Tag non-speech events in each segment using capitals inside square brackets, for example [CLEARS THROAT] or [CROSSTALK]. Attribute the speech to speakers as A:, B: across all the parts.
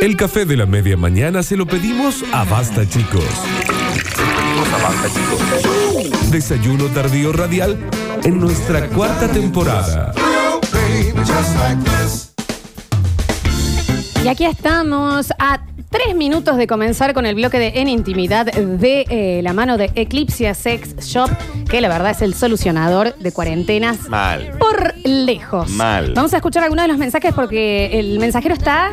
A: El café de la media mañana se lo pedimos a Basta Chicos. Desayuno tardío radial en nuestra cuarta temporada.
B: Y aquí estamos a tres minutos de comenzar con el bloque de En Intimidad de eh, la mano de Eclipse Sex Shop, que la verdad es el solucionador de cuarentenas
C: Mal.
B: por lejos.
C: Mal.
B: Vamos a escuchar algunos de los mensajes porque el mensajero está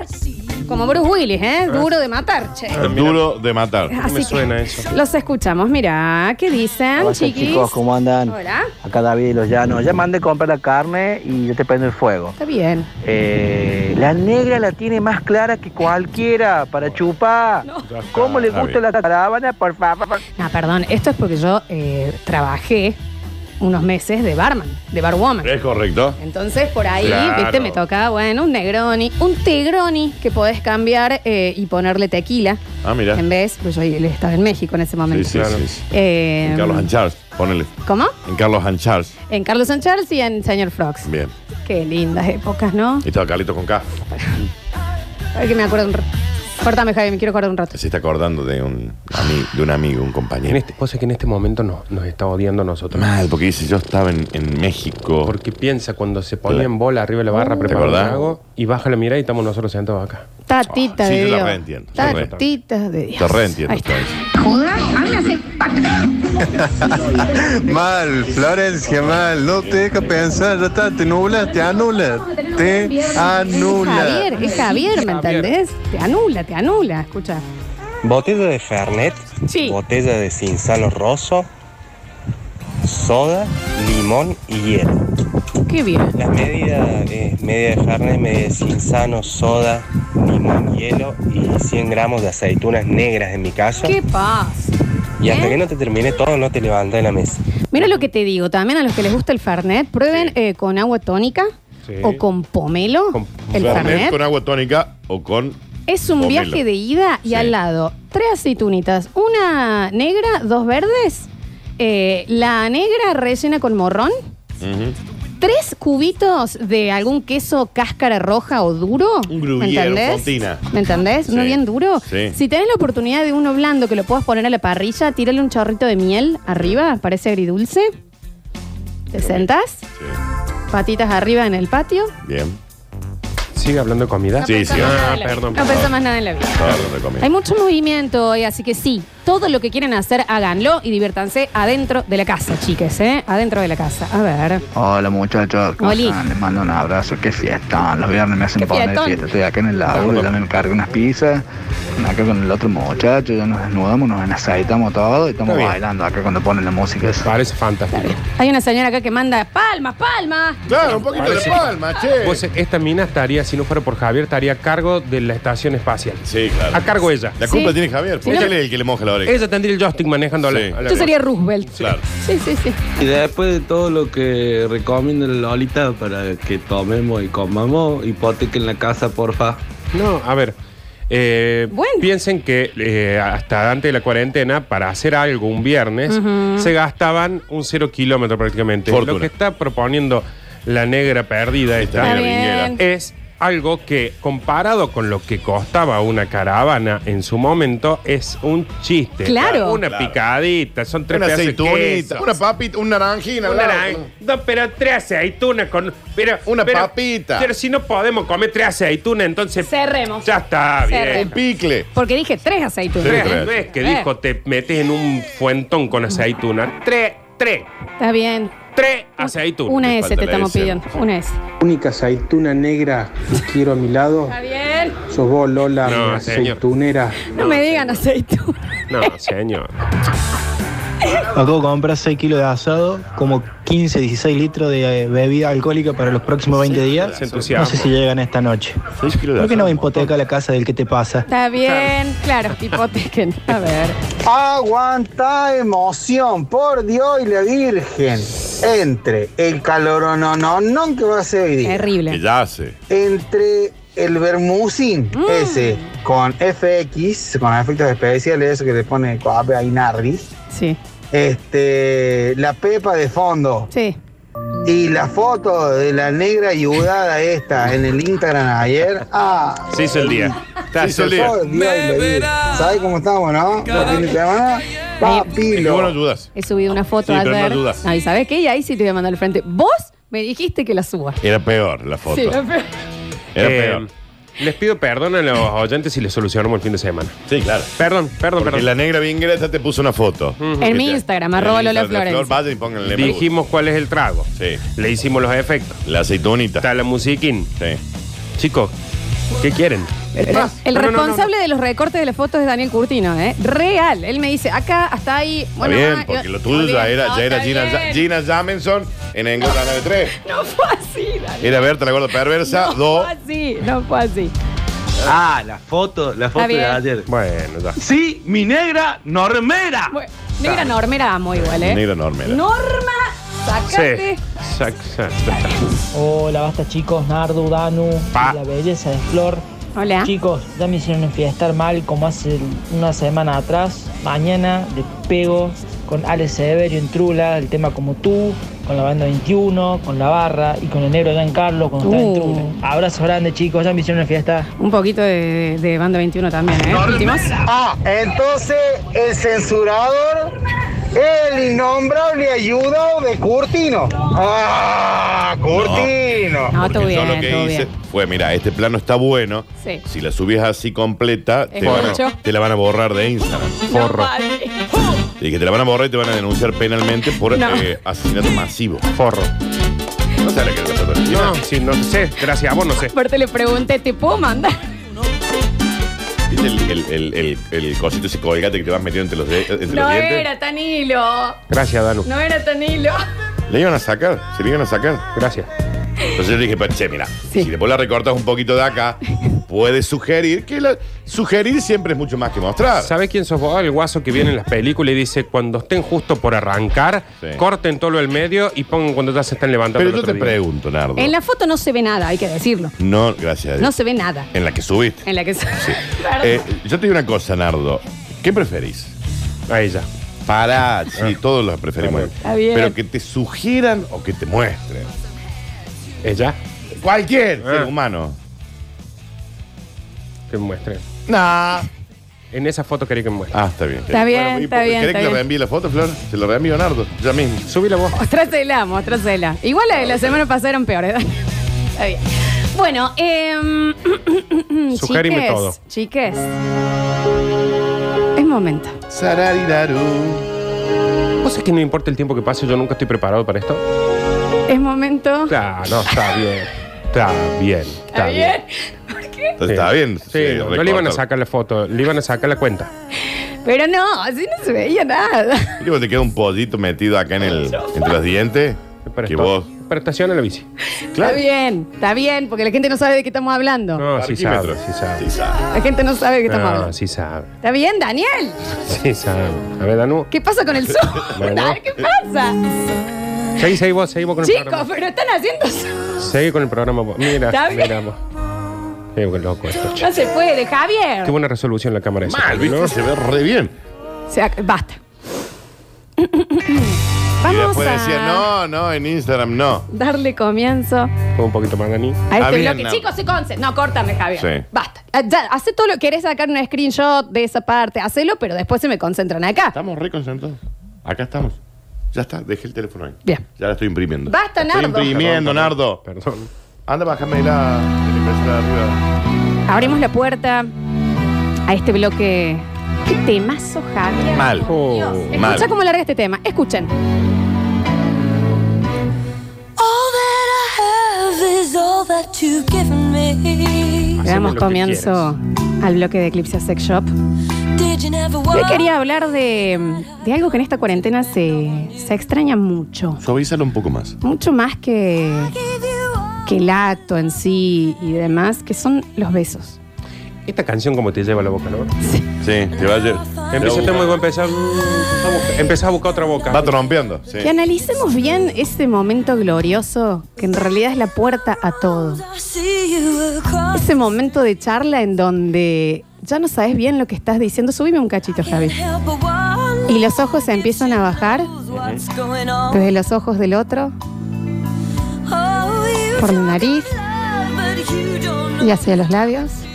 B: como Bruce Willis, ¿eh? Duro de matar, che.
C: Duro de matar.
B: Así
D: me
B: que
D: suena eso.
B: Los escuchamos, mirá, ¿qué dicen,
E: Hola
B: chiquis?
E: chicos, ¿cómo andan?
B: Hola.
E: Acá David de los Llanos. Ya mandé comprar la carne y yo te prendo el fuego.
B: Está bien.
E: Eh, la negra la tiene más clara que cualquiera para chupar. ¿Cómo le
C: Está
E: gusta la caravana? Por favor.
B: No, Ah, perdón, esto es porque yo eh, trabajé unos meses de barman, de barwoman.
C: Es correcto.
B: Entonces por ahí,
C: Claro.
B: viste, me toca, bueno, un negroni, un tegroni que podés cambiar eh, y ponerle tequila
C: Ah, mira.
B: en vez, pues yo él estaba en México en ese
C: Sí,
B: momento.
C: sí,
D: Claro.
C: sí, sí.
B: Eh,
C: En Carlos Anchars, ponele.
B: ¿Cómo?
C: En Carlos Anchars.
B: En Carlos and Charles y en Señor Frogs.
C: Bien.
B: Qué lindas épocas, ¿no?
C: Y estaba Carlito con K.
B: Ay, que me acuerdo un rato. Cortame, Javi, me quiero acordar un rato.
C: Se está acordando de un, ami- de un amigo, un
D: En
C: compañero.
D: este, vos sabés que en este momento no, nos está odiando a nosotros.
C: Mal, porque dice, yo estaba en, en México.
D: Porque piensa cuando se ponía
C: Claro.
D: en bola arriba de la
B: Uh,
D: barra, prepara
C: acordás?
D: algo y baja la mirada y estamos nosotros sentados acá.
B: Tatita
C: Ah, sí,
B: de
C: yo la
B: Dios.
C: reentiendo, yo la reentiendo.
B: Tatita de Dios.
C: Te reentiendo.
B: Ahí está.
F: Mal, Florencia, mal. No te deja pensar, ya está, te nublas, te anulas. Te
B: Javier,
F: anulas.
B: es Javier, ¿me
D: Javier.
B: entendés? Te anula, te anula, escucha.
G: Botella de Fernet,
B: Sí.
G: botella de Cinsalo Rosso, soda, limón y hielo.
B: Qué bien.
G: Las medidas es media de Fernet, media de Cinsano, soda, limón, hielo y 100 gramos de aceitunas negras en mi caso.
B: ¿Qué pasa?
G: Y hasta
B: ¿Eh?
G: que no te termine todo no te levantas de la mesa.
B: Mira lo que te digo, también a los que les gusta el Fernet, prueben eh, con agua tónica
D: Sí.
B: o con pomelo
D: Con-
B: el
C: Fernet
B: Fernet.
C: con agua tónica o con.
B: Es un
C: pomelo.
B: viaje de ida y
C: Sí.
B: al lado tres aceitunitas, una negra, dos verdes, eh, la negra rellena con morrón,
C: Ujú.
B: tres cubitos de algún queso cáscara roja o duro.
C: Un gruyere, un fontina.
B: ¿Me entendés?
C: Sí.
B: No bien duro.
C: Sí.
B: Si tenés la oportunidad de uno blando que lo puedas poner a la parrilla, tírale un chorrito de miel arriba, parece agridulce. Te sentás,
C: Sí,
B: patitas arriba en el patio.
C: bien.
D: ¿Sigue hablando de comida?
C: Sí,
B: pensás
C: sí.
B: más nada
D: Ah,
B: en la vida.
D: perdón,
B: No
D: perdón.
B: pensás más nada en la vida.
C: Ahora lo recomiendo.
B: Hay mucho movimiento hoy, así que sí, todo lo que quieren hacer, háganlo y diviértanse adentro de la casa, chiques, ¿eh? Adentro de la casa. A ver.
H: Hola muchachos, ¿cómo
B: Oli.
H: están? Les mando un abrazo, qué fiesta. Los viernes me
B: Qué
H: hacen poner
B: fiestón.
H: fiesta. Estoy acá en el laburo, ya me encargo unas pizzas. Acá con el otro muchacho, ya nos desnudamos, nos enaceitamos todo y estamos
D: Está bien.
H: bailando acá cuando ponen la música. esa.
D: Parece fantástico.
B: Hay una señora acá que manda palmas, palmas.
C: Claro, un poquito de
D: Parece-
C: palma, che.
D: Vos, esta mina estaría, si no fuera por Javier, estaría a cargo de la estación espacial.
C: Sí, claro.
D: A cargo ella.
C: La culpa
B: Sí.
C: tiene Javier,
B: Sí,
C: porque
B: no-
C: él es el que le moja la oreja.
D: Ella tendría el joystick manejándola.
C: Sí.
D: A la-
B: Yo sería Roosevelt.
C: Claro.
B: Sí, sí, sí.
I: Y después de todo lo que recomienda Lolita para que tomemos y comamos, hipotequen la casa, porfa.
D: No, a ver. eh,
B: Bueno.
D: Piensen que eh, hasta antes de la cuarentena, para hacer algo un viernes, se gastaban un cero kilómetro prácticamente.
C: Fortuna.
D: Lo que está proponiendo la negra perdida
C: Está
D: esta
B: bien.
D: es algo que, comparado con lo que costaba una caravana en su momento, es un chiste.
B: Claro.
D: Una
C: Claro.
D: picadita, son tres
C: Una
D: pedazos de
C: aceitunita,
D: queso.
C: una papita, un naranjina.
D: Un
C: al lado.
D: naran- dos, pero tres aceitunas con. Pero,
C: Una
D: pero-
C: papita.
D: Pero si no podemos comer tres aceitunas, entonces.
B: Cerremos.
D: Ya está, bien.
C: Un picle.
B: Porque dije tres aceitunas.
C: Sí,
D: Tres,
C: tres.
D: no es que dijo te metes en un fuentón con aceituna. Tres, tres,
B: Está bien.
D: tres aceitunas.
B: Una
C: Le
B: S
C: falta
B: te
C: la
B: estamos
C: S.
B: pidiendo. Una S.
J: única aceituna negra que quiero a mi lado.
B: Está bien.
J: Sos vos, Lola,
D: No,
J: mi
D: señor.
J: aceitunera.
B: No me digan aceituna.
D: No,
C: [LAUGHS]
D: señor.
E: Acabo de comprar 6 kilos de asado, como 15, 16 litros de eh, bebida alcohólica para los próximos 20 días.
D: Se entusiasma. No sé si
E: llegan esta noche.
C: Seis kilos de
E: ¿Por qué
C: azúcar.
E: no hipoteca la casa del que te pasa?
B: Está bien. Claro, hipotequen. A ver.
J: Aguanta emoción, por Dios y la Virgen. Entre el calor no, no, no, que va a ser hoy día.
C: Que
B: Terrible.
C: ya hace.
J: entre el vermucín ese con FX, con efectos especiales, eso que le pone coape ahí Nardis,
B: Sí.
J: este, la pepa de fondo
B: Sí.
J: y la foto de la negra ayudada esta en el Instagram ayer. Ah,
D: Se hizo el día. está.
C: Hizo
D: Celso.
C: el día.
J: Por Dios, le digo. ¿Sabes cómo estamos, no? Los fines de semana. Papi,
C: Y
J: lo-
C: vos no ayudás.
B: He subido una foto
C: Sí, pero no
B: ayer.
C: dudas.
B: y ¿sabes qué? Y ahí sí te voy a mandar al frente. Vos me dijiste que la suba.
C: Era peor la foto.
B: Sí, la fe-
C: Era
D: Eh,
C: peor.
D: Les pido perdón a los oyentes si les solucionamos el fin de semana.
C: Sí, claro.
D: Perdón, perdón,
C: Porque
D: perdón.
C: la negra bien greta te puso una foto. Que
B: En mi
C: te-
B: Instagram,
C: en
B: arroba
C: el
B: Lola
C: Instagram de
B: Florencia.
C: Flor, vayan y pónganle me gusta.
D: Dijimos cuál es el trago.
C: Sí.
D: Le hicimos los efectos.
C: La aceitunita.
D: Está la musiquín.
C: Sí.
D: Chicos, ¿qué quieren?
B: El, el
D: No, no, no,
B: responsable de los recortes de las fotos es Daniel Curtino, ¿eh? Real. Él me dice, acá, hasta ahí.
C: Está
B: Bueno,
C: bien,
B: ah,
C: porque
B: yo-
C: lo tuyo ya
B: está bien,
C: era,
B: no,
C: ya era
B: está
C: Gina,
B: bien.
C: Gina Jamenson en Engorda 93.
B: No fue así, Daniel.
C: Era Berta la gorda perversa,
B: No
C: do.
B: fue así, no fue así.
I: Ah, la foto, la foto de
B: bien.
I: ayer.
D: Bueno, ya.
I: Sí, mi negra normera.
B: Bueno, negra Normera amo igual, ¿eh?
C: Negra normera.
B: Norma, sacate.
D: Sí. Sac- sac- sac-
K: Hola, basta chicos, Nardu, Danu,
D: Pa.
K: la belleza de Flor.
B: Hola.
K: Chicos, ya me hicieron enfiestar mal como hace una semana atrás. Mañana le pego con Alex Severio en Trula, el tema como tú, con la banda 21, con la barra y con el negro Giancarlo cuando estaba en
B: Uh.
K: Trula. Abrazo grande chicos, ya me hicieron una fiesta.
B: Un poquito de, de Banda 21 también, ¿eh? Últimos.
J: Ah, entonces el censurador, el innombrable ayuda de Curtino. Ah, Curtino.
B: No,
C: Porque
B: todo
C: yo
B: bien,
C: lo que
B: todo
C: hice
B: bien.
C: fue, mira, este plano está bueno.
B: Sí.
C: Si la subís así completa,
B: Es
C: te van,
B: mucho.
C: a, te la van a borrar de Instagram.
B: No, vale.
C: Y que te la van a borrar y te van a denunciar penalmente por
B: No.
C: eh, asesinato masivo.
D: Forro.
C: No sé la que era la persona.
D: No, Ah, sí, no sé. Gracias a vos, no
B: [LAUGHS]
D: sé.
B: Aparte le pregunté, ¿te puedo mandar?
D: [LAUGHS]
C: ¿Viste el, el, el, el, el cosito ese colgate que te vas metiendo entre los, de- entre los
B: No
C: dientes?
B: era tan hilo.
D: Gracias, Danu.
B: No era tan
D: [LAUGHS]
B: hilo.
C: Le iban a sacar, se le iban a sacar.
D: Gracias.
C: Entonces yo le dije, pero che, mira,
B: Sí.
C: si después la recortas un poquito de acá, puedes sugerir que la, sugerir siempre es mucho más que mostrar.
D: ¿Sabés quién sos vos? Ah, El guaso que viene en las películas y dice, cuando estén justo por arrancar,
C: Sí.
D: corten todo lo del medio y pongan cuando ya se están levantando.
C: Pero
D: el
C: yo
D: otro
C: te
D: día.
C: pregunto, Nardo.
B: En la foto no se ve nada, hay que decirlo.
C: No, gracias a Dios.
B: No se ve nada.
C: En la que subiste.
B: En la que se. Perdón.
C: Eh, yo te digo una cosa, Nardo. ¿Qué preferís?
D: A ella.
C: Pará,
D: Ah.
C: sí, todos los preferimos.
B: Está bien.
C: Pero que te sugieran o que te muestren.
D: ¿Ella?
C: Cualquier
D: Ah.
C: ser humano.
D: Que me muestre.
C: Nah.
D: En esa foto quería que me muestre.
C: Ah, está bien.
B: Está bien,
C: ¿y
B: está
C: por-
B: bien,
C: ¿Querés
B: está
C: que le
B: bien.
C: reenvíe la foto, Flor? Se lo reenvío a Nardo, ya mismo.
D: Subí la voz.
B: [LAUGHS] Mostrásela, mostrásela. Igual la de la semana pasada eran peores. [LAUGHS] Dani. Está bien. Bueno, eh, [CLEARS THROAT]
D: Sugérime
B: chiques,
D: todo.
B: Chiques. Es momento.
C: Sarariraru.
D: ¿Vos es que no importa el tiempo que pase, yo nunca estoy preparado para esto?
B: [LAUGHS] Es momento.
D: Claro, no, está bien. Está bien.
B: ¿Está
D: Está,
B: bien? [LAUGHS]
C: Entonces, Está bien.
D: Sí, no, no le iban a sacar la foto, le iban a sacar la cuenta.
B: Pero no, así no se veía nada.
C: Digo, te queda un pollito metido acá en el, entre los dientes.
D: Pero
C: Que
D: esto-
C: vos.
D: Pero estaciona la bici.
B: Está bien, está bien, porque la gente no sabe de qué estamos hablando.
D: No, sí sabe,
C: Parquímetro.
D: sí sabe.
C: Sí sabe.
B: La gente no sabe de qué estamos
D: No,
B: hablando.
D: sí sabe.
B: ¿Está bien, Daniel?
D: Sí sabe. A ver, Danu.
B: ¿Qué
C: [LAUGHS]
B: pasa con el Zoom? [LAUGHS]
D: Bueno.
B: Daniel, ¿Qué pasa?
D: Seguí, seguí vos, seguimos con el
B: Chicos,
D: programa.
B: pero están haciendo Zoom.
D: Seguí con el programa vos.
B: Está
D: Mira,
B: bien.
D: mira vos. Qué loco esto, che.
B: No se puede, Javier.
D: Qué buena resolución la cámara esa.
C: Mal, ¿viste?
D: ¿no?
C: Se ve re bien.
B: O sea, basta.
C: y
B: Vamos
C: después
B: a
C: decía, no, no, en Instagram no.
B: darle comienzo a
D: Fue un poquito más, Dani.
B: este
C: Javier,
B: bloque.
C: Ah, no.
B: Chicos, se concentran. No, córtame, Javier.
C: Sí.
B: Basta. Ah, Ya, hace todo lo que querés sacar una screenshot de esa parte, hacelo, pero después se me concentran acá.
C: Estamos re concentrados. Acá estamos. Ya está, dejé el teléfono ahí.
B: Bien.
C: Ya la estoy imprimiendo.
B: Basta,
C: La Estoy
B: Nardo.
C: imprimiendo, Nardo.
D: Perdón.
C: Anda, bájame la. la impresora de arriba.
B: Abrimos la puerta a este bloque. Qué temazo, Javier.
C: Mal.
B: Dios.
D: Oh,
B: Escucha
C: mal.
B: cómo larga este tema. Escuchen.
L: All that I have is all that you've given me.
B: Le damos
D: lo que
B: comienzo al bloque de Eclipse Sex Shop.
L: Did you never
B: Yo
L: want
B: quería hablar de, de algo que en esta cuarentena se, se extraña mucho.
C: Suavízalo un poco más.
B: Mucho más que,
L: give you all?
B: que el acto en sí y demás, que son los besos.
D: Esta canción como te lleva a la boca, ¿no?
C: Sí, te va a lle-
D: Empieza
C: te
D: a
C: va
D: muy empezar. Empezá a buscar otra boca.
C: a- Va trompeando. Sí.
B: Que analicemos bien ese momento glorioso que en realidad es la puerta a todo.
L: I see you across
B: Ese momento de charla en donde ya no sabes bien lo que estás diciendo. Subime un cachito, Javi.
L: help but one.
B: Y los ojos se empiezan a bajar
L: What's going on?
B: desde los ojos del otro
L: Oh, you
B: por la
L: talk
B: nariz
L: love, but you don't know
B: y hacia los labios.
L: feels.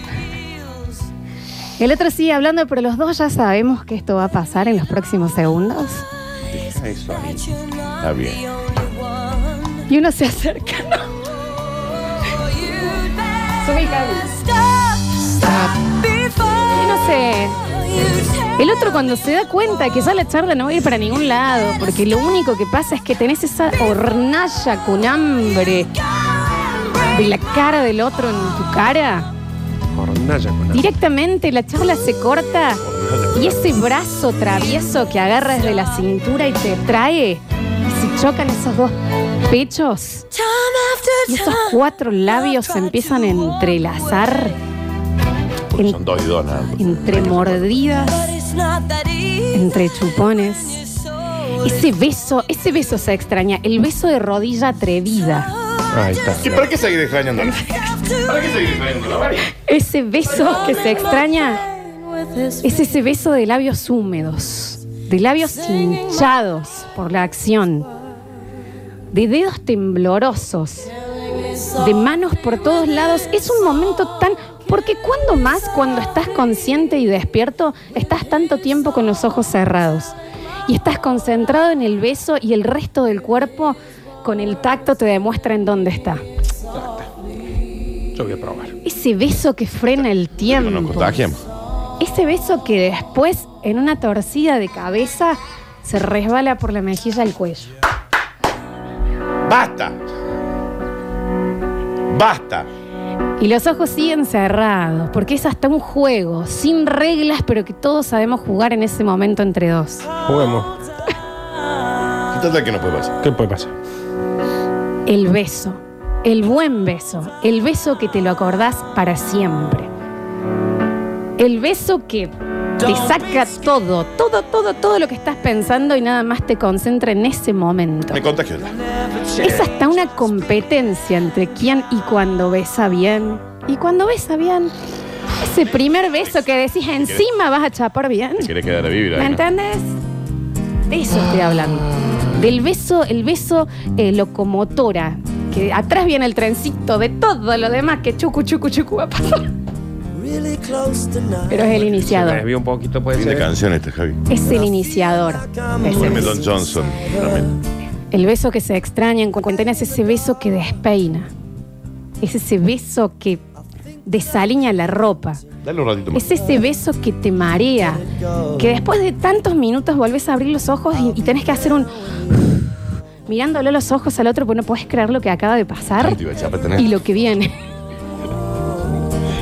B: El otro sigue hablando, pero los dos ya sabemos que esto va a pasar en los próximos segundos.
C: Deja eso ahí. Está bien.
B: Y uno se acerca. Subí, Gaby. Y no sé. El otro cuando se da cuenta que ya la charla no va a ir para ningún lado, porque lo único que pasa es que tenés esa hornalla con hambre de la cara del otro en tu cara,
D: Hornalla con hambre.
B: directamente la charla se corta y ese brazo travieso que agarra desde la cintura y te trae, y se chocan esos dos pechos y esos cuatro labios se empiezan a entrelazar
C: Porque son dos y dos, nada. más.
B: entre mordidas, entre chupones. Ese beso, ese beso se extraña, el beso de rodilla atrevida,
D: Ahí está.
C: ¿Y para qué seguir extrañándolo? ¿Para qué seguir extrañándolo? Mari?
B: ese beso que se extraña es ese beso de labios húmedos, de labios hinchados por la acción, de dedos temblorosos, de manos por todos lados. Es un momento tan... Porque cuando más, cuando estás consciente y despierto, estás tanto tiempo con los ojos cerrados y estás concentrado en el beso y el resto del cuerpo con el tacto te demuestra en dónde está.
D: Yo voy a probar.
B: Ese beso que frena el tiempo.
C: No nos contagiamos.
B: Ese beso que después, en una torcida de cabeza, se resbala por la mejilla al cuello.
C: ¡Basta! ¡Basta!
B: Y los ojos siguen cerrados, porque es hasta un juego, sin reglas, pero que todos sabemos jugar en ese momento entre dos.
D: Juguemos.
C: Total que no puede pasar.
D: ¿Qué puede pasar?
B: El beso, el buen beso, el beso que te lo acordás para siempre. El beso que te saca todo, todo, todo, todo lo que estás pensando y nada más te concentra en ese momento.
C: Me contagio.
B: Es hasta una competencia entre quién y cuando besa bien. Y cuando besa bien. Ese primer beso que decís encima vas a chapar bien.
C: Te querés quedar a vivir
B: ¿Me
C: ahí. ¿no?
B: entendés? De eso estoy hablando. Del beso, el beso eh, locomotora. Que atrás viene el trencito de todo lo demás que chucu, chucu, chucu va a pasar. Pero es el
D: Me
B: iniciador.
D: desvío un poquito, puede
C: Fin de
D: ser.
C: canción este, Javi.
B: Es el iniciador. Es el-
C: Poneme Don Johnson. Poneme.
B: El beso que se extraña en cuarentena es ese beso que despeina. Es ese beso que desaliña la ropa.
C: Dale un ratito más.
B: Es ese beso que te marea. Que después de tantos minutos volvés a abrir los ojos y, y tenés que hacer un. [SIGHS] mirándole los ojos al otro, pues no puedes creer lo que acaba de pasar
C: Te iba a chapar, tenés.
B: y lo que viene. [LAUGHS]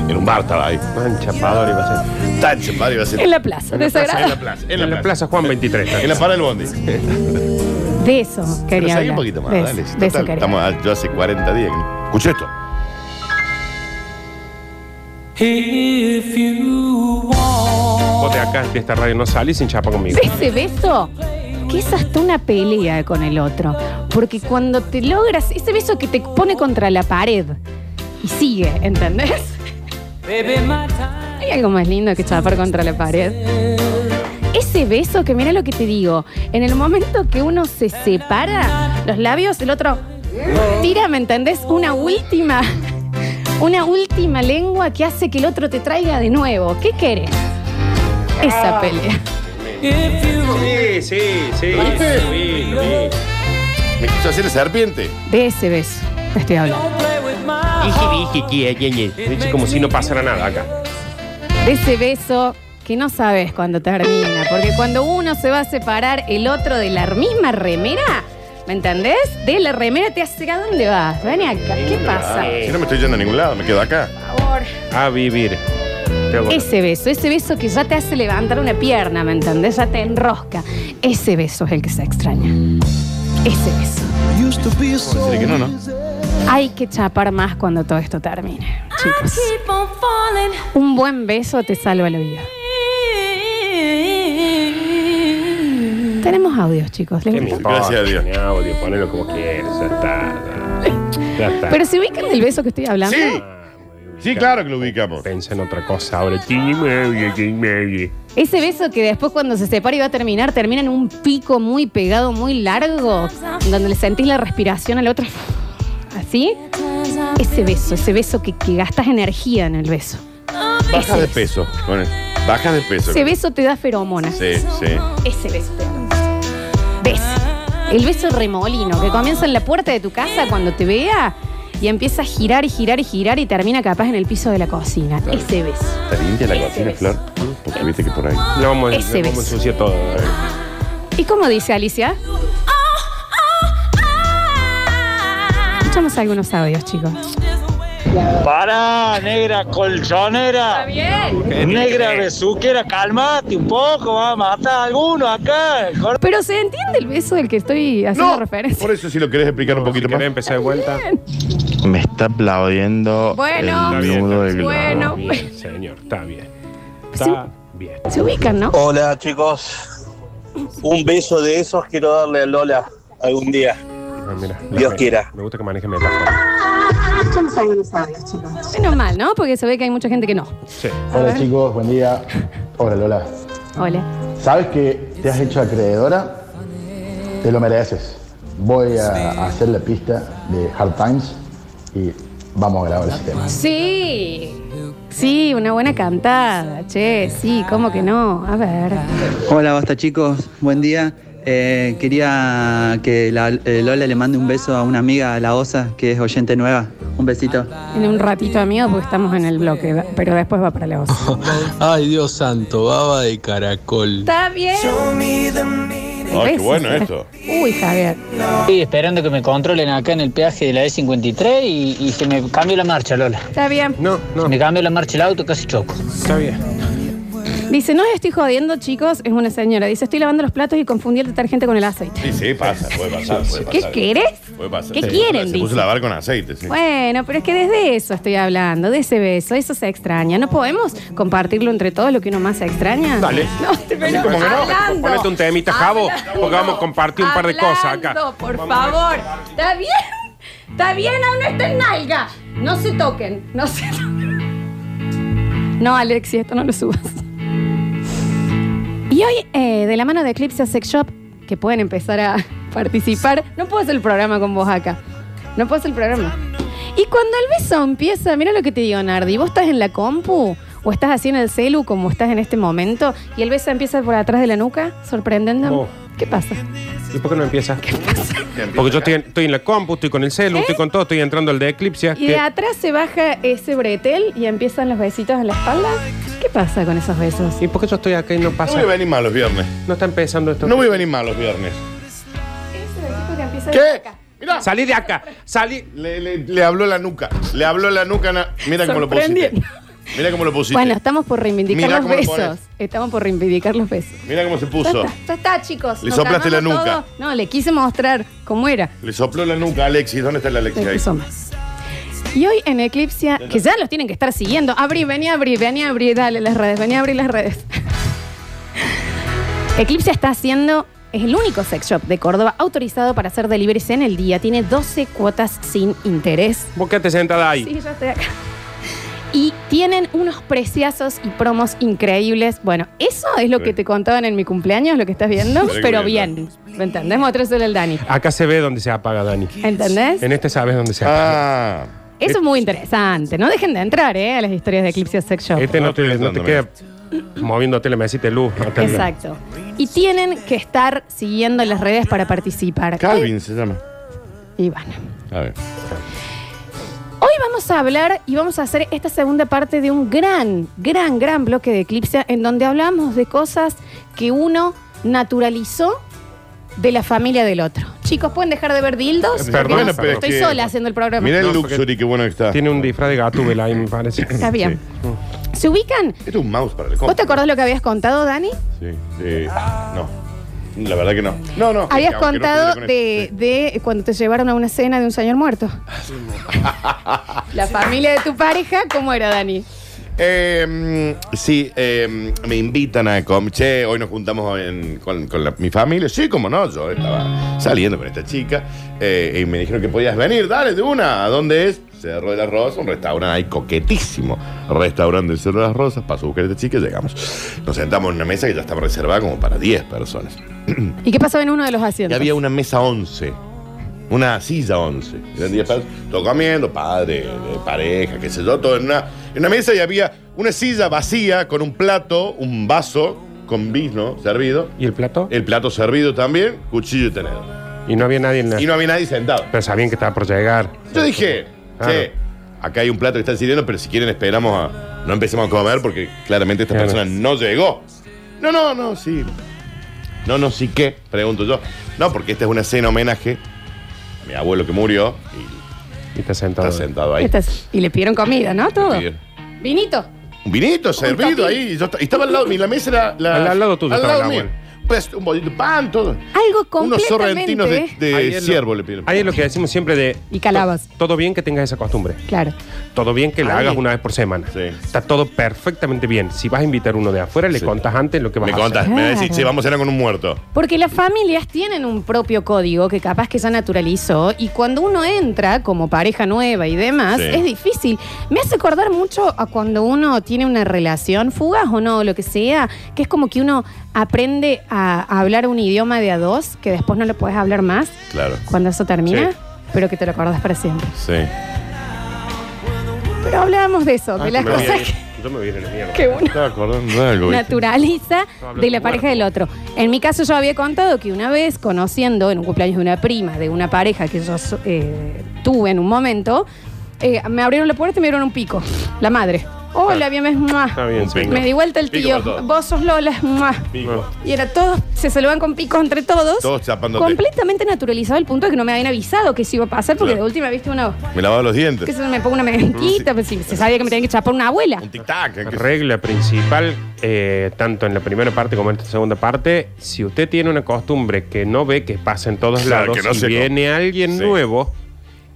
C: En un bar estaba ahí.
D: Tan chapador iba a ser.
C: Tan chapado iba a ser.
B: En la plaza,
D: En la plaza,
C: En la
B: desagrado.
C: plaza. En la
D: En la
C: plaza.
D: plaza Juan 23.
C: En la parada del bondi.
B: De eso
C: Pero
B: quería
C: seguí
B: hablar.
C: un poquito más,
B: de
C: dale.
B: eso,
C: Si
B: de
C: total,
B: eso quería.
C: estamos a- yo hace 40 días. que no- Escucha esto.
D: Vos de acá, de esta radio, no salís sin chapa conmigo.
B: De ese beso que es hasta una pelea con el otro. Porque cuando te logras, ese beso que te pone contra la pared y sigue, ¿entendés? Hay algo más lindo que chapar contra la pared. Ese beso que mira lo que te digo, en el momento que uno se separa los labios, el otro tira, ¿me entendés? Una última, una última lengua que hace que el otro te traiga de nuevo. ¿Qué querés? Esa pelea.
D: Sí, sí, sí.
C: ¿Viste?
D: Lo vi, lo vi.
C: Me quiso hacer serpiente.
B: De ese beso te estoy hablando.
D: Dije, dije, dije, dije. Dije como si no pasara nada acá.
B: De ese beso que no sabes cuándo termina. Porque cuando uno se va a separar el otro de la misma remera, ¿me entendés? De la remera te hace, ¿a dónde vas? Ven acá, ¿qué pasa?
C: Si no me estoy yendo a ningún lado, me quedo acá.
B: Por favor.
D: A vivir. Te hago-
B: Ese beso, ese beso que ya te hace levantar una pierna, ¿me entendés? Ya te enrosca. Ese beso es el que se extraña. Ese beso.
C: Así que no, ¿no?
B: Hay que chapar más cuando todo esto termine, chicos. Un buen beso te salva la vida. Tenemos audios, chicos. ¿les
D: ¿Qué me
B: gusta?
D: importa?
C: Gracias a Dios.
D: Tiene audio, ponelo como quieras. Ya está. Ya está.
B: Pero se ubican del beso que estoy hablando.
C: Sí. Sí, claro que lo ubicamos.
D: Pensé en otra cosa ahora. Tiene medio, tiene medio.
B: Ese beso que después cuando se separa y va a terminar, termina en un pico muy pegado, muy largo, donde le sentís la respiración al otro. Así. Ese beso, ese beso que, que gastas energía en el beso.
C: Baja de peso. Bueno, Bajas de peso.
B: Ese beso te da feromonas.
C: Sí, sí.
B: Ese beso te da. Beso. El beso remolino que comienza en la puerta de tu casa cuando te vea y empieza a girar y girar y girar y termina capaz en el piso de la cocina. Ese beso.
C: ¿Te limpia la cocina, Flor? Porque viste que por ahí.
D: No, vamos a-
B: Ese
D: vamos a
B: beso.
D: ensuciar todo. eh.
B: ¿Y cómo dice Alicia? Escuchamos algunos audios, chicos.
M: Para, negra colchonera. Negra besuquera, calmate un poco, va a matar a alguno acá.
B: Pero se entiende el beso del que estoy haciendo referencia.
C: Por eso, si lo querés explicar un poquito más. empezar de vuelta.
N: Me está aplaudiendo
B: Bueno,
N: el
B: Está
N: nudo del globo.
B: bueno.
D: Bien, señor, está bien.
B: Está bien. Se ubican, ¿no?
M: Hola, chicos. Un beso de esos quiero darle a Lola algún día.
D: Ah, mira,
M: Dios
D: me-
M: quiera.
D: Me gusta que maneje metáforas.
B: Menos mal, ¿no? Porque se ve que hay mucha gente que no.
D: Sí.
O: Hola chicos, buen día. Hola Lola.
B: Hola.
O: ¿Sabes que te has hecho acreedora? Te lo mereces. Voy a hacer la pista de Hard Times y vamos a grabar ese tema.
B: Sí. Sí, una buena cantada. Che, sí, ¿cómo que no? A ver.
P: Hola, basta chicos, buen día. Eh, quería que la- eh, Lola le mande un beso a una amiga, a la Osa, que es oyente nueva. Un besito.
B: En un ratito, amigos, porque estamos en el bloque, va- pero después va para la voz.
I: [LAUGHS] Ay, Dios santo, baba de caracol.
B: Está bien.
I: Ay, Ah, qué
B: Besos.
I: bueno esto.
B: Uy, Javier.
Q: Estoy esperando que me controlen acá en el peaje de la E53 y, y se me cambió la marcha, Lola.
B: Está bien.
Q: No, no. Se me cambió la marcha el auto, casi choco. Está bien.
B: Dice, no les estoy jodiendo, chicos. Es una señora. Dice, estoy lavando los platos y confundí el detergente con el aceite.
C: Sí, sí, pasa, puede pasar, puede
B: ¿Qué
C: pasar.
B: querés?
C: Puede pasar.
B: ¿Qué
C: Sí.
B: quieren,
C: Se puso
B: dice?
C: a lavar con aceite, sí.
B: Bueno, pero es que desde eso estoy hablando, de ese beso, eso se extraña. ¿No podemos compartirlo entre todos lo que uno más extraña?
D: Dale.
B: [LAUGHS] No, te- pero
D: ¿Cómo que no?
B: hablando.
D: Ponete un temita, Javo, porque vamos a compartir un par de cosas acá.
B: Hablando, por favor. Está bien. Está bien, aún no está en nalga. No se toquen. No se [LAUGHS] toquen. No, Alexi, esto no lo subas. Y hoy, eh, de la mano de Eclipse Sex Shop, que pueden empezar a [LAUGHS] participar, no puedo hacer el programa con vos acá. No puedo hacer el programa. Y cuando el beso empieza, mira lo que te digo, Nardi, vos estás en la compu o estás así en el celu como estás en este momento y el beso empieza por atrás de la nuca, sorprendiendo.
D: Oh.
B: ¿Qué pasa?
D: ¿Y por qué no empieza? Porque yo estoy, en- estoy en la compu, estoy con el celu, estoy con todo, estoy entrando al de Eclipse.
B: ¿Eh? Y de atrás se baja ese bretel y empiezan los besitos en la espalda. ¿Qué pasa con esos besos?
D: ¿Y por qué yo estoy acá y no
C: No
D: pasa?
C: voy a venir mal los viernes.
D: No está empezando esto.
C: No voy a venir mal los viernes.
B: ¿Qué?
D: Salí de acá. Salí.
C: Le, le- le habló la nuca. Le habló la nuca. na- Mira cómo lo pusiste.
B: Sorprendiendo.
C: Mira cómo lo pusiste.
B: Bueno, estamos por reivindicar
C: Mirá
B: los
C: cómo lo
B: besos.
C: pones.
B: Estamos por reivindicar los besos.
C: Mira cómo se puso.
B: Ya está, ya está, chicos.
C: Le
B: Nos
C: soplaste la
B: calmamos
C: nuca.
B: todo. No, le quise mostrar cómo era.
C: Le sopló la nuca a Alexis. ¿Dónde está el Alexis
B: Le
C: ahí?
B: puso Y hoy en Eclipse, que ya los tienen que estar siguiendo. Abrí, vení, abrí, vení, abrí, dale las redes, vení, abrí las redes. [LAUGHS] Eclipse está haciendo, es el único sex shop de Córdoba autorizado para hacer deliveries en el día. Tiene 12 cuotas sin interés.
D: Vos quédate sentada ahí.
B: Sí, yo estoy acá. Y tienen unos preciazos y promos increíbles. Bueno, eso es lo que te contaban en mi cumpleaños, lo que estás viendo,
D: Pero
B: pero
D: bien.
B: bien. ¿Me entendés? Mostrárselo al Dani.
D: Acá se ve dónde se apaga, Dani.
B: ¿Entendés?
D: En este sabes dónde se apaga.
C: Ah,
B: Eso es muy interesante. No dejen de entrar, ¿eh? A las historias de Eclipse Sex Shop.
D: Este no te, no te queda moviéndote la mesita de luz. acá.
B: Exacto. Y tienen que estar siguiendo las redes para participar.
C: Calvin se llama.
B: Hoy- Y bueno.
C: A ver.
B: Hoy vamos a hablar y vamos a hacer esta segunda parte de un gran, gran, gran bloque de Eclipse en donde hablamos de cosas que uno naturalizó de la familia del otro. Chicos, ¿pueden dejar de ver dildos?
D: Eh, perdón,
B: Porque
D: bueno, pero es
B: estoy
D: que-
B: sola haciendo el programa.
C: Mira el
D: No,
C: luxury, qué bueno que está.
D: Tiene un disfraz de gatúbela ahí, me parece.
B: Está bien. ¿Se ubican?
C: Era Este un mouse para el
B: ¿Vos
C: compu.
B: te acordás lo que habías contado, Dani?
C: Sí, sí. No. La verdad que no. No, no. Este,
B: Habías
C: Aunque no
B: contado
C: estuviera con este.
B: de, de cuando te llevaron a una cena de un señor muerto. La familia de tu pareja, ¿cómo era, Dani?
C: Eh, mm, sí, eh, me invitan a comer. Che, hoy nos juntamos en- con, con la- mi familia. Sí, como no, yo estaba saliendo con esta chica eh, y me dijeron que podías venir. Dale, de una. ¿A dónde es? Cerro de las Rosas, un restaurante ahí coquetísimo. Restaurante del Cerro de las Rosas. Paso a buscar a esta chica y llegamos. Nos sentamos en una mesa que ya estaba reservada como para 10 personas.
B: ¿Y qué pasaba en uno de los
C: Y
B: asientos?
C: había una mesa 11. Una silla 11. Eran 10 personas. Todo comiendo, padre, eh, pareja, qué sé yo, todo en una, en una mesa y había Una silla vacía con un plato, un vaso con vino servido.
D: ¿Y el plato?
C: El plato servido también, cuchillo y tenedor.
D: Y no había nadie en la...
C: Y no había nadie sentado.
D: Pero sabían que estaba por llegar.
C: Yo dije,
D: Claro.
C: che, acá hay un plato que está sirviendo, pero si quieren esperamos a. No empecemos a comer porque claramente esta
D: Claro.
C: persona no llegó. No, no, no, sí. No, no, sí qué, pregunto yo. No, porque esta es una cena homenaje a mi abuelo que murió
D: y, está sentado.
C: Está sentado ahí.
B: Estas- y le pidieron comida, ¿no? Todo.
C: Bien.
B: Vinito.
C: Un vinito servido ahí. y yo esta- y estaba al lado, mi la mesa era. la-
D: Al- al lado tuyo
C: Al
D: estaba
C: lado
D: la
C: mío. Pues un bollito de pan, todo.
B: Algo
C: Unos
B: completamente.
C: sorrentinos de, de
D: Ahí es lo-
C: ciervo le piden.
D: Ahí es lo que decimos siempre de...
B: Y calabas.
D: Todo bien que tengas esa costumbre.
B: Claro.
D: Todo bien que la
C: Ahí.
D: hagas una vez por semana. Está todo perfectamente bien. Si vas a invitar uno de afuera, le contás antes lo que vas
C: Me
D: a hacer.
C: contás, me decís, che, vamos a cenar con un muerto.
B: Porque las familias tienen un propio código que capaz que ya naturalizó y cuando uno entra como pareja nueva y demás,
C: Sí.
B: es difícil. Me hace acordar mucho a cuando uno tiene una relación, fugas o no, lo que sea, que es como que uno aprende a, a hablar un idioma de a dos, que después no lo puedes hablar más
C: Claro.
B: cuando eso termina, pero que te lo acordás para siempre.
C: Sí.
B: Pero hablábamos de eso, de las
D: Yo me
B: cosas
D: voy a ir- Yo me voy a ir a la mierda.
B: que uno
C: Estaba acordando de algo. ¿viste?
B: naturaliza
D: Hablando
B: de la
D: de
B: pareja
D: cuerpo.
B: del otro. En mi caso yo había contado que una vez conociendo en un cumpleaños de una prima, de una pareja que yo so- eh, tuve en un momento, eh, me abrieron la puerta y me dieron un pico, la madre. Hola, bien,
D: Está bien, sí.
B: Me di vuelta el
C: Pico
B: tío.
C: para todos.
B: Vos sos Lola. muah.
C: Pico.
B: Y era todos, se saludan con picos entre todos.
C: Todos chapándote.
B: completamente naturalizado al punto de que no me habían avisado que eso iba a pasar porque
C: Claro.
B: de última viste una.
C: Me lavaba los dientes.
B: Que se me pongo una mentita, pues si se sabía que me tenían que chapar una abuela.
C: Tic-tac.
D: Regla principal, eh, tanto en la primera parte como en la segunda parte, si usted tiene una costumbre que no ve que pasa
C: [LAUGHS]
D: en todos
C: Claro,
D: lados
C: que no
D: y
C: se co-
D: viene alguien
C: Sí.
D: nuevo,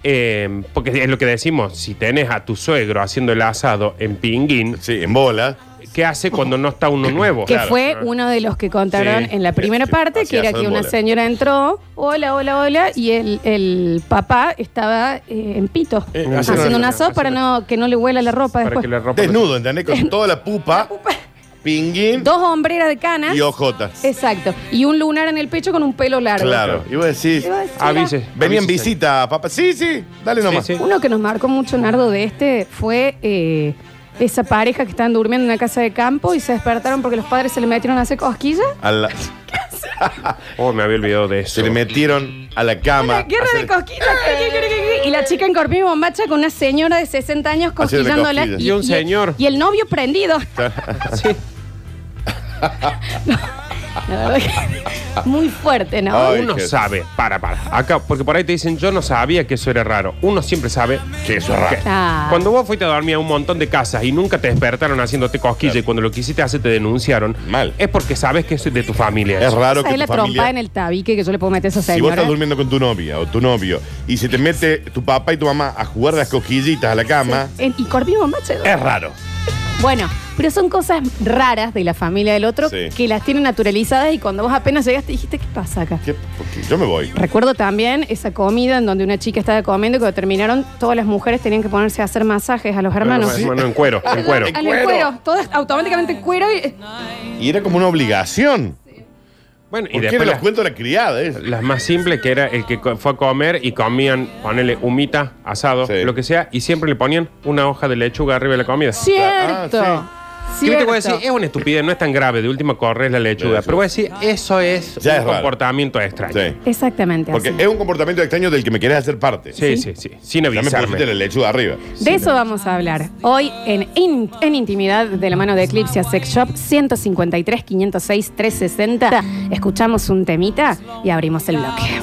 D: eh, porque es lo que decimos, si tenés a tu suegro haciendo el asado en pinguín,
C: en bola,
D: ¿qué hace cuando no está uno nuevo?
B: Que fue uno de los que contaron
D: Sí.
B: en la primera parte, que
D: hacía
B: era
D: asado
B: que
D: en
B: una
D: bola.
B: señora entró, hola, hola, hola, y el, el papá estaba eh, en pito,
C: Eh,
B: haciendo
C: haciendo-
B: un asado para no, que no le huela la ropa después.
C: Desnudo, ¿entendés? Con toda la pupa, pinguín
B: Dos hombreras de canas.
C: y ojotas.
B: Exacto. Y un lunar en el pecho con un pelo largo.
C: Claro. Ah, Y vos decís,
B: Iba a decir, Avise,
C: Venían
D: avise.
C: visita, papá. Sí, sí, dale nomás.
B: Uno que nos marcó mucho, Nardo, de este fue eh, esa pareja que estaban durmiendo en una casa de campo y se despertaron porque los padres se le metieron a hacer cosquillas.
C: A la-
D: oh, me había olvidado de eso.
C: Se le metieron a la
B: Una
C: cama.
B: guerra
C: hacer-
B: de cosquillas. Y la chica en corpiño bombacha con una señora de 60 años
C: Haciéndole
B: cosquillándola.
C: cosquillas. Y un señor.
B: Y el novio
C: [LAUGHS]
B: prendido. La verdad que Muy fuerte, ¿no?
D: uno sabe, para, para. Acá, porque por ahí te dicen, yo no sabía que eso era raro. Uno siempre sabe que eso es raro.
B: Ah.
D: Cuando vos fuiste a dormir a un montón de casas y nunca te despertaron haciéndote cosquilla y cuando lo quisiste hacer te denunciaron, mal. Es porque sabes que eso es de tu familia.
C: Es raro
B: ¿Sabes
C: que
B: la
C: tu familia.
B: trompa en el tabique que yo le puedo meter a esa
C: Si vos
B: señora?
C: estás durmiendo con tu novia o tu novio y se te mete tu papá y tu mamá a jugar las cosquillitas a la cama,
B: En- y corpiño bombacha.
C: es raro.
B: Bueno, pero son cosas raras de la familia del otro
C: Sí.
B: que las tienen naturalizadas y cuando vos apenas llegaste dijiste, ¿qué pasa acá?
C: ¿Qué? Porque yo me voy.
B: Recuerdo también esa comida en donde una chica estaba comiendo y cuando terminaron todas las mujeres tenían que ponerse a hacer masajes a los hermanos.
D: Hermano, en cuero, en
B: [LAUGHS]
D: cuero.
B: Al cuero. todas automáticamente en cuero y
C: Y era como una obligación.
D: Bueno, y
C: ¿Por qué no
D: después
C: los
D: las-
C: cuento a la criada? eh?
D: Las más simples que era el que co- fue a comer y comían, ponele humita, asado, lo que sea, y siempre le ponían una hoja de lechuga arriba de la comida.
B: cierto.
D: Que
B: cierto.
D: Ah, te voy a decir, es una estupidez, no es tan grave, de última corres la lechuga. Pero voy a decir, eso es
C: Ya
D: un
C: es raro.
D: comportamiento extraño.
B: Exactamente
C: Porque
B: así.
C: es un comportamiento extraño del que me querés hacer parte.
D: Sí, sí, sí. Sin
C: Ya me
D: avisarme.
C: pusiste la lechuga arriba.
B: De eso vamos a hablar hoy en, In- en Intimidad de la mano de Eclipse a Sex Shop 153 506 360. Escuchamos un temita y abrimos el bloque.